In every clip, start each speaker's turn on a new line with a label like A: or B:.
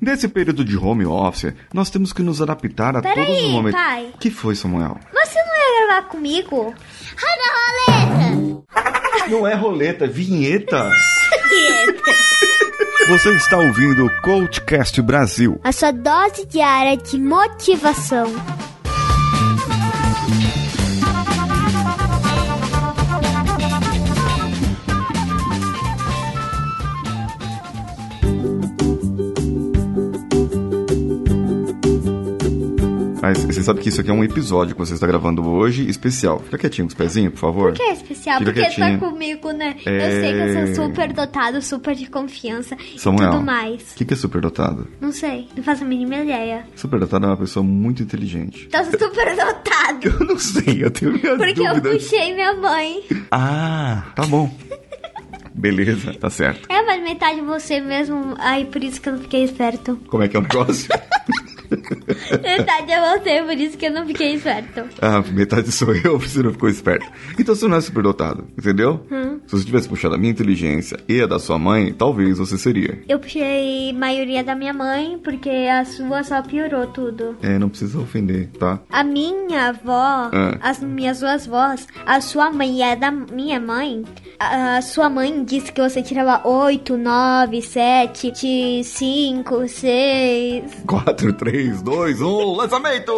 A: Nesse período de home office, nós temos que nos adaptar a todos os
B: Peraí,
A: momentos.
B: pai.
A: O que foi, Samuel?
B: Você não ia gravar comigo? Ah, Roda a roleta!
A: Não é roleta, é vinheta. Você está ouvindo o Coachcast Brasil.
B: A sua dose diária de motivação.
A: Mas você sabe que isso aqui é um episódio que você está gravando hoje, especial. Fica quietinho com os pezinhos, por favor.
B: Por que é especial?
A: Fica
B: Porque
A: quietinho.
B: tá comigo, né?
A: É. um
B: Eu sei que eu sou super dotado, super de confiança
A: Samuel.
B: e é tudo mais.
A: O que que é superdotado?
B: Não sei, não faço a mínima ideia.
A: Superdotado é uma pessoa muito inteligente.
B: Tô super dotado.
A: Eu não sei, eu tenho minhas
B: Porque eu
A: dúvidas.
B: puxei minha mãe.
A: Ah, tá bom. Beleza, tá certo.
B: É, mas metade de você mesmo. Ai, por isso que eu não fiquei esperto.
A: Como é que é o negócio?
B: Metade é você, por isso que eu não fiquei esperto.
A: ah, metade sou eu, você não ficou esperto. Então você não é superdotado, entendeu?
B: Hum.
A: Se você tivesse puxado a minha inteligência e a da sua mãe, talvez você seria.
B: Eu puxei maioria da minha mãe, porque a sua só piorou tudo.
A: É, não precisa ofender, tá?
B: A minha avó,
A: Ah.
B: as minhas duas avós, a sua mãe e a da minha mãe, a, a sua mãe disse que você tirava 8, 9, 7, 5, 6
A: 4, 3, 2, 1, lançamento!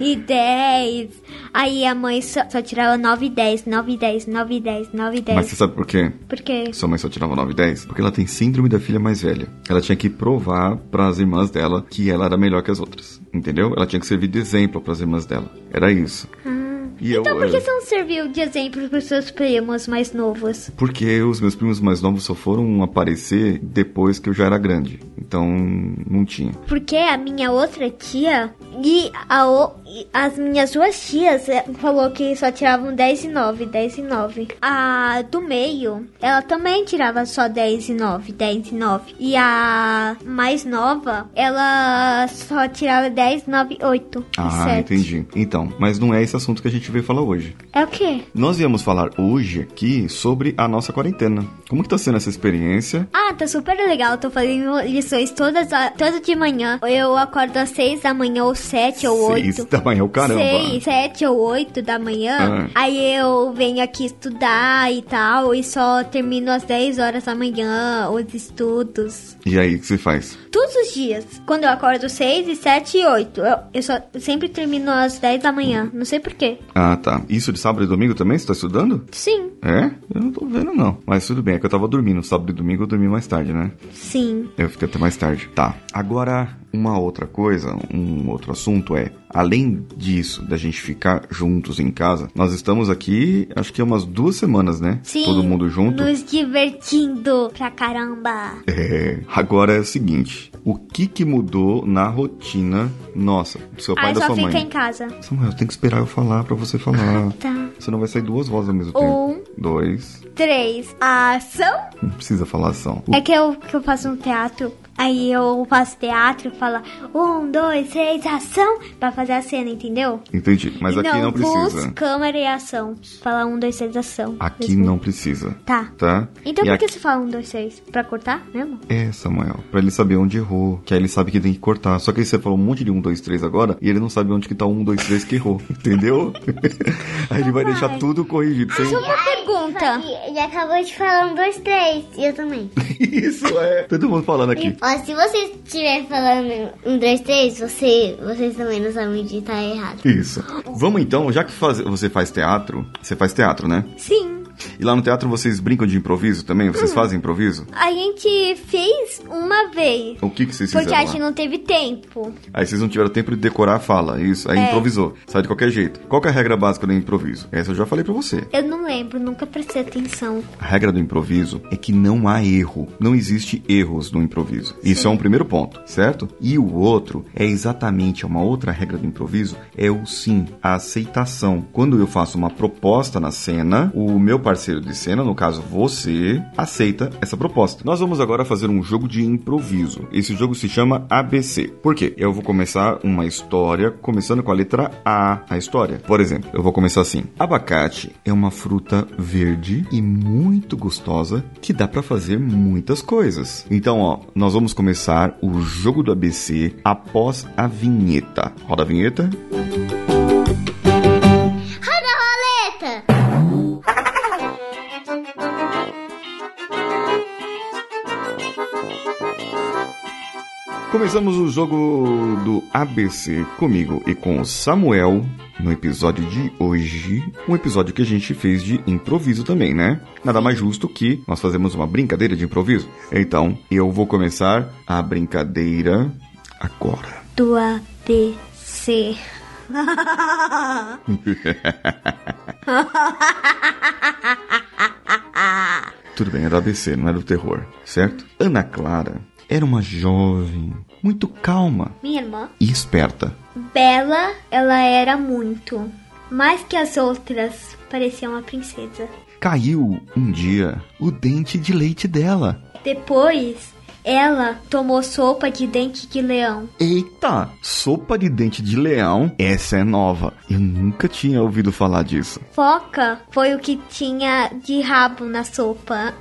B: e 10. Aí a mãe só, só tirava 9, 10, 9, 10, 9, 10, 9, 10.
A: Mas você sabe por quê?
B: Por quê?
A: Sua mãe só tirava 9 e 10 porque ela tem síndrome da filha mais velha. Ela tinha que provar pras irmãs dela que ela era melhor que as outras, entendeu? Ela tinha que servir de exemplo pras irmãs dela. Era isso. E eu,
B: Então por que
A: eu-
B: você não serviu de exemplo para os seus primos mais novos?
A: porque os meus primos mais novos só foram aparecer depois que eu já era grande. Então, não tinha.
B: Porque a minha outra tia e, a o- e as minhas duas tias eh, falou que só tiravam 10 e 9, 10 e 9. A do meio, ela também tirava só 10 e 9, 10 e 9. E a mais nova, ela só tirava 10, 9, 8
A: Ah,
B: e 7.
A: entendi. Então, mas não é esse assunto que a gente veio falar hoje.
B: É o quê?
A: Nós viemos falar hoje aqui sobre a nossa quarentena. Como que tá sendo essa experiência?
B: Ah, tá super legal. Tô fazendo lições todas, a- todo de manhã. Eu acordo às 6 da manhã, ou 7, ou 8.
A: Seis da manhã, tá, é o caramba. Ah.
B: seis, sete ou oito da manhã. Aí eu venho aqui estudar e tal, e só termino às 10 horas da manhã os estudos.
A: E aí, o que você faz?
B: Todos os dias. Quando eu acordo seis e sete e oito. Eu, eu só eu sempre termino às 10 da manhã. Não sei porquê.
A: Ah, tá. Isso de sábado e domingo também? Você tá estudando?
B: Sim,
A: É? Eu não tô vendo, não. Mas tudo bem, é que eu tava dormindo. Sábado e domingo eu dormi mais tarde, né?
B: sim.
A: Eu fiquei até mais tarde. Tá. Agora, uma outra coisa, um outro assunto é... Além disso, da gente ficar juntos em casa, nós estamos aqui, acho que é umas duas semanas, né?
B: Sim.
A: Todo mundo junto.
B: Nos divertindo pra caramba.
A: É, agora é o seguinte, o que que mudou na rotina nossa, do seu pai e
B: Aí
A: da
B: Ah, só
A: sua
B: fica
A: mãe?
B: em casa.
A: Samuel, tem que esperar eu falar pra você falar.
B: Tá.
A: Você não vai sair duas vozes ao mesmo
B: Um.
A: tempo. Dois.
B: Três. Ação.
A: Não precisa falar ação. O-
B: É que eu, que eu faço um teatro, aí eu faço teatro e falo um, dois, três, ação, pra fazer a cena, entendeu?
A: Entendi, mas
B: E
A: aqui não, precisa.
B: Luz, câmera e ação. Falar um, dois, três, ação.
A: Aqui
B: Mesmo.
A: não precisa,
B: Tá.
A: tá?
B: Então
A: E
B: por que
A: aqui-
B: você fala um, dois, três? Pra cortar mesmo?
A: É, Samuel, pra ele saber onde errou, que aí ele sabe que tem que cortar. Só que aí você falou um monte de um, dois, três agora, e ele não sabe onde que tá um, dois, três que errou, entendeu? aí ele vai deixar tudo corrigido. sem-
B: Só uma pergunta.
C: Ele acabou de falar um, dois, três. E eu também.
A: Isso é. Todo mundo falando aqui.
C: Ó, se você estiver falando um, dois, três, você, vocês também não sabem onde tá errado.
A: Isso. Vamos então, já que faz- você faz teatro, você faz teatro, né?
B: Sim.
A: E lá no teatro vocês brincam de improviso também?
B: Hum.
A: Vocês fazem improviso?
B: A gente fez uma vez.
A: O que, que vocês
B: Porque a
A: fizeram
B: gente
A: lá?
B: não teve tempo.
A: Aí vocês não tiveram tempo de decorar a fala, isso. Aí
B: É.
A: improvisou. Sai de qualquer jeito. Qual que é a regra básica do improviso? Essa eu já falei pra você.
B: Eu não lembro, nunca prestei atenção.
A: A regra do improviso é que não há erro. Não existe erros no improviso. Isso é um primeiro ponto, certo? E o outro é exatamente uma outra regra do improviso, é o sim, a aceitação. Quando eu faço uma proposta na cena, o meu parceiro de cena, no caso você, aceita essa proposta. Nós vamos agora fazer um jogo de improviso improviso. Esse jogo se chama ABC. Por quê? Eu vou começar uma história começando com a letra A, a história. Por exemplo, eu vou começar assim: abacate é uma fruta verde e muito gostosa que dá pra fazer muitas coisas. Então, ó, nós vamos começar o jogo do ABC após a vinheta. Roda a vinheta.
C: Roda a roleta!
A: Começamos o jogo do ABC comigo e com o Samuel no episódio de hoje. Um episódio que a gente fez de improviso também, né? Nada mais justo que nós fazemos uma brincadeira de improviso. Então, eu vou começar a brincadeira agora.
B: Do ABC.
A: Tudo bem, era do ABC, não era do terror, certo? Ana Clara era uma jovem, muito calma
B: Minha irmã,
A: e esperta.
B: Bela, ela era muito. Mais que as outras, parecia uma princesa.
A: Caiu um dia o dente de leite dela.
B: Depois, ela tomou sopa de dente de leão.
A: Eita, sopa de dente de leão, essa é nova. Eu nunca tinha ouvido falar disso.
B: Foca foi o que tinha de rabo na sopa.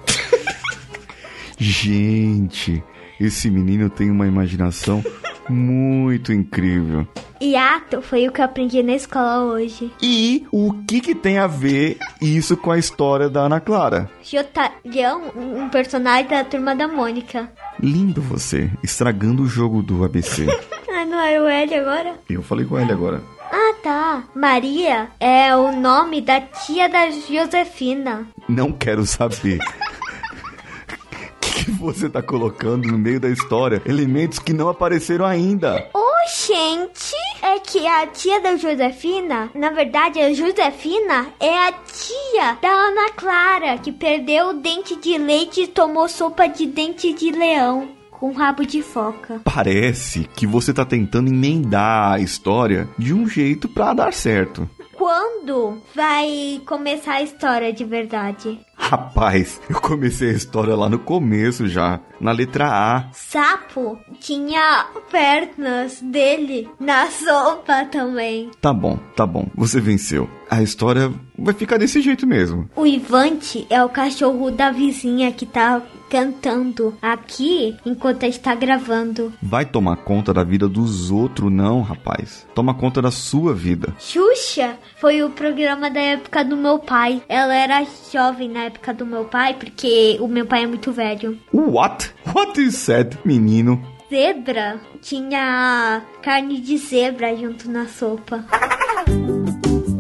A: Gente, esse menino tem uma imaginação muito incrível.
B: E ato foi o que eu aprendi na escola hoje.
A: E o que que tem a ver isso com a história da Ana Clara?
B: Jotalhão, um um personagem da turma da Mônica.
A: Lindo você, estragando o jogo do ABC.
B: Ah, não era o L agora?
A: Eu falei com ele agora.
B: Ah, tá. Maria é o nome da tia da Josefina.
A: Não quero saber. O que que você tá colocando no meio da história? Elementos que não apareceram ainda.
B: Ô, gente! É que a tia da Josefina, na verdade, a Josefina é a tia da Ana Clara, que perdeu o dente de leite e tomou sopa de dente de leão com rabo de foca.
A: Parece que você tá tentando emendar a história de um jeito pra dar certo.
B: Quando vai começar a história de verdade?
A: Rapaz, eu comecei a história lá no começo já, na letra A.
B: Sapo tinha pernas dele na sopa também.
A: Tá bom, tá bom, você venceu. A história vai ficar desse jeito mesmo.
B: O Ivante é o cachorro da vizinha que tá cantando aqui enquanto a gente tá gravando.
A: Vai tomar conta da vida dos outros, não, rapaz. Toma conta da sua vida.
B: Xuxa foi o programa da época do meu pai. Ela era jovem na época do meu pai, porque o meu pai é muito velho.
A: What? What is that, menino?
B: Zebra tinha carne de zebra junto na sopa.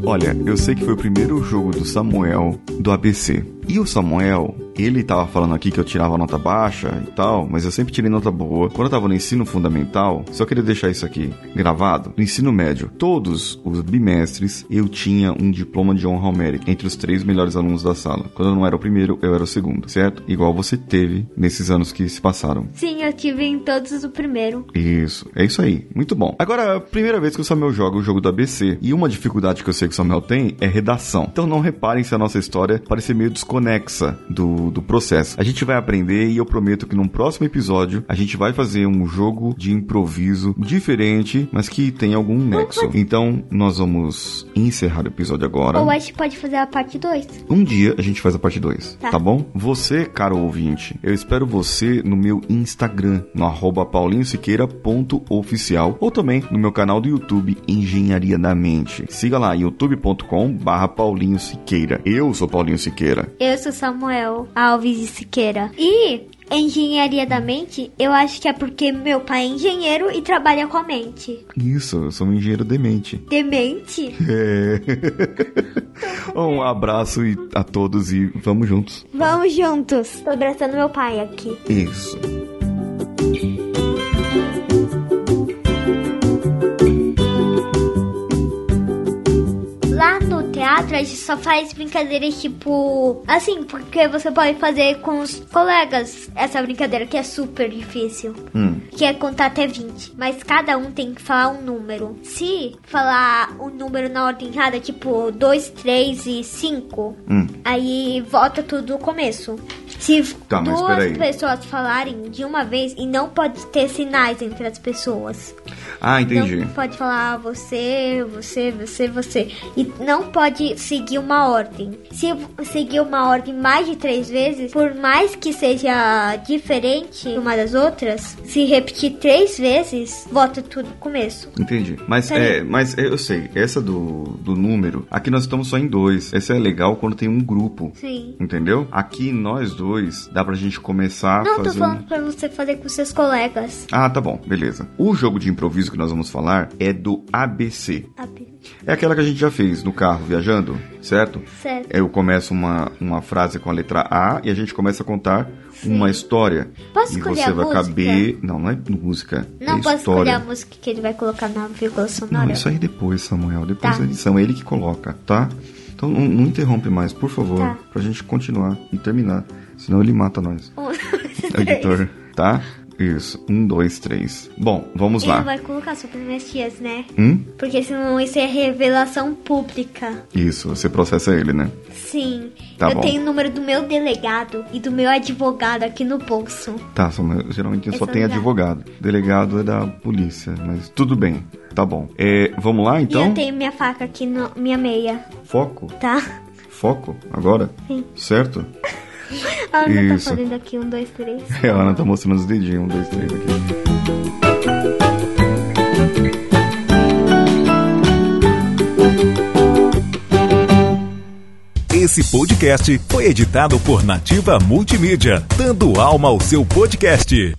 A: Olha, eu sei que foi o primeiro jogo do Samuel do ABC. E o Samuel, ele tava falando aqui que eu tirava nota baixa e tal, mas eu sempre tirei nota boa. Quando eu tava no ensino fundamental, só queria deixar isso aqui gravado. No ensino médio, todos os bimestres eu tinha um diploma de honra ao mérito entre os três melhores alunos da sala. Quando eu não era o primeiro, eu era o segundo, certo? Igual você teve nesses anos que se passaram.
B: Sim, eu tive em todos o primeiro.
A: Isso, é isso aí. Muito bom. Agora, a primeira vez que o Samuel joga o jogo do ABC, e uma dificuldade que eu sei que o Samuel tem é redação. Então não reparem se a nossa história parecer meio desconexa do, do processo. A gente vai aprender e eu prometo que num próximo episódio a gente vai fazer um jogo de improviso diferente, mas que tem algum nexo. Então nós vamos encerrar o episódio agora.
B: Ou é a gente pode fazer a parte 2.
A: Um dia a gente faz a parte 2, tá.
B: Tá.
A: bom? Você, caro ouvinte, eu espero você no meu Instagram, no arroba paulinhosiqueira.oficial ou também no meu canal do YouTube Engenharia da Mente. Siga lá, youtube.com barra Paulinho Siqueira. Eu sou Paulinho Siqueira.
B: Eu sou Samuel Alves de Siqueira. E engenharia da mente, eu acho que é porque meu pai é engenheiro e trabalha com a mente.
A: Isso, eu sou um engenheiro demente.
B: Demente?
A: É. um abraço e- a todos e vamos juntos.
B: Vamos juntos. Tô abraçando meu pai aqui.
A: Isso.
B: Lá no teatro a gente só faz brincadeiras tipo. Assim, porque você pode fazer com os colegas essa brincadeira que é super difícil.
A: Hum.
B: Que é contar até 20. Mas cada um tem que falar um número. Se falar um número na ordem errada, tipo 2, 3 e 5,
A: Hum.
B: aí volta tudo do começo. Se
A: Tá, mas peraí.
B: duas pessoas falarem de uma vez e não pode ter sinais entre as pessoas.
A: Ah, entendi.
B: Não pode falar ah, você, você, você, você. E não pode seguir uma ordem. Se seguir uma ordem mais de três vezes, por mais que seja diferente uma das outras, se repetir três vezes, volta tudo do começo.
A: Entendi. Mas
B: Peraí.
A: é, mas é, eu sei, essa do, do número, aqui nós estamos só em dois. Essa é legal quando tem um grupo.
B: Sim.
A: Entendeu? Aqui nós dois, dá pra gente começar
B: Não
A: Tá
B: tá tô
A: fazendo.
B: falando pra você fazer com seus colegas.
A: Ah, tá bom, beleza. O jogo de improviso que nós vamos falar é do ABC.
B: sabe?
A: É aquela que a gente já fez no carro viajando, certo?
B: Certo.
A: Eu começo uma, uma frase com a letra A e a gente começa a contar uma história.
B: Posso
A: e
B: escolher
A: você
B: a
A: vai
B: música?
A: caber. Não, não é música.
B: Não
A: é
B: posso escolher a
A: história.
B: música que ele vai colocar na vírgula sonora.
A: Não, isso aí é depois, Samuel. Depois
B: Tá.
A: da edição. É ele que coloca, tá? Então não, não interrompe mais, por favor.
B: Tá.
A: Pra gente continuar e terminar. Senão ele mata nós.
B: Um, dois,
A: É o
B: três.
A: Editor, tá? Isso. Um, dois, três. Bom, vamos
B: Ele
A: lá.
B: vai colocar sobre minhas tias, né?
A: Hum?
B: Porque senão isso é revelação pública.
A: Isso, você processa ele, né?
B: Sim.
A: Tá
B: eu
A: bom.
B: tenho o número do meu delegado e do meu advogado aqui no bolso.
A: Tá, Samuel, geralmente
B: É
A: só
B: só
A: tem
B: ligar.
A: advogado. Delegado é da polícia, mas tudo bem. Tá bom. É, vamos lá
B: E
A: então?
B: eu tenho minha faca aqui, no, minha meia,
A: Foco,
B: tá?
A: foco, agora?
B: Sim.
A: Certo?
B: A Ana
A: Isso.
B: tá fazendo aqui um, dois, três.
A: É, a Ana tá mostrando os dedinhos, um, dois, três aqui.
D: Esse podcast foi editado por Nativa Multimídia, dando alma ao seu podcast.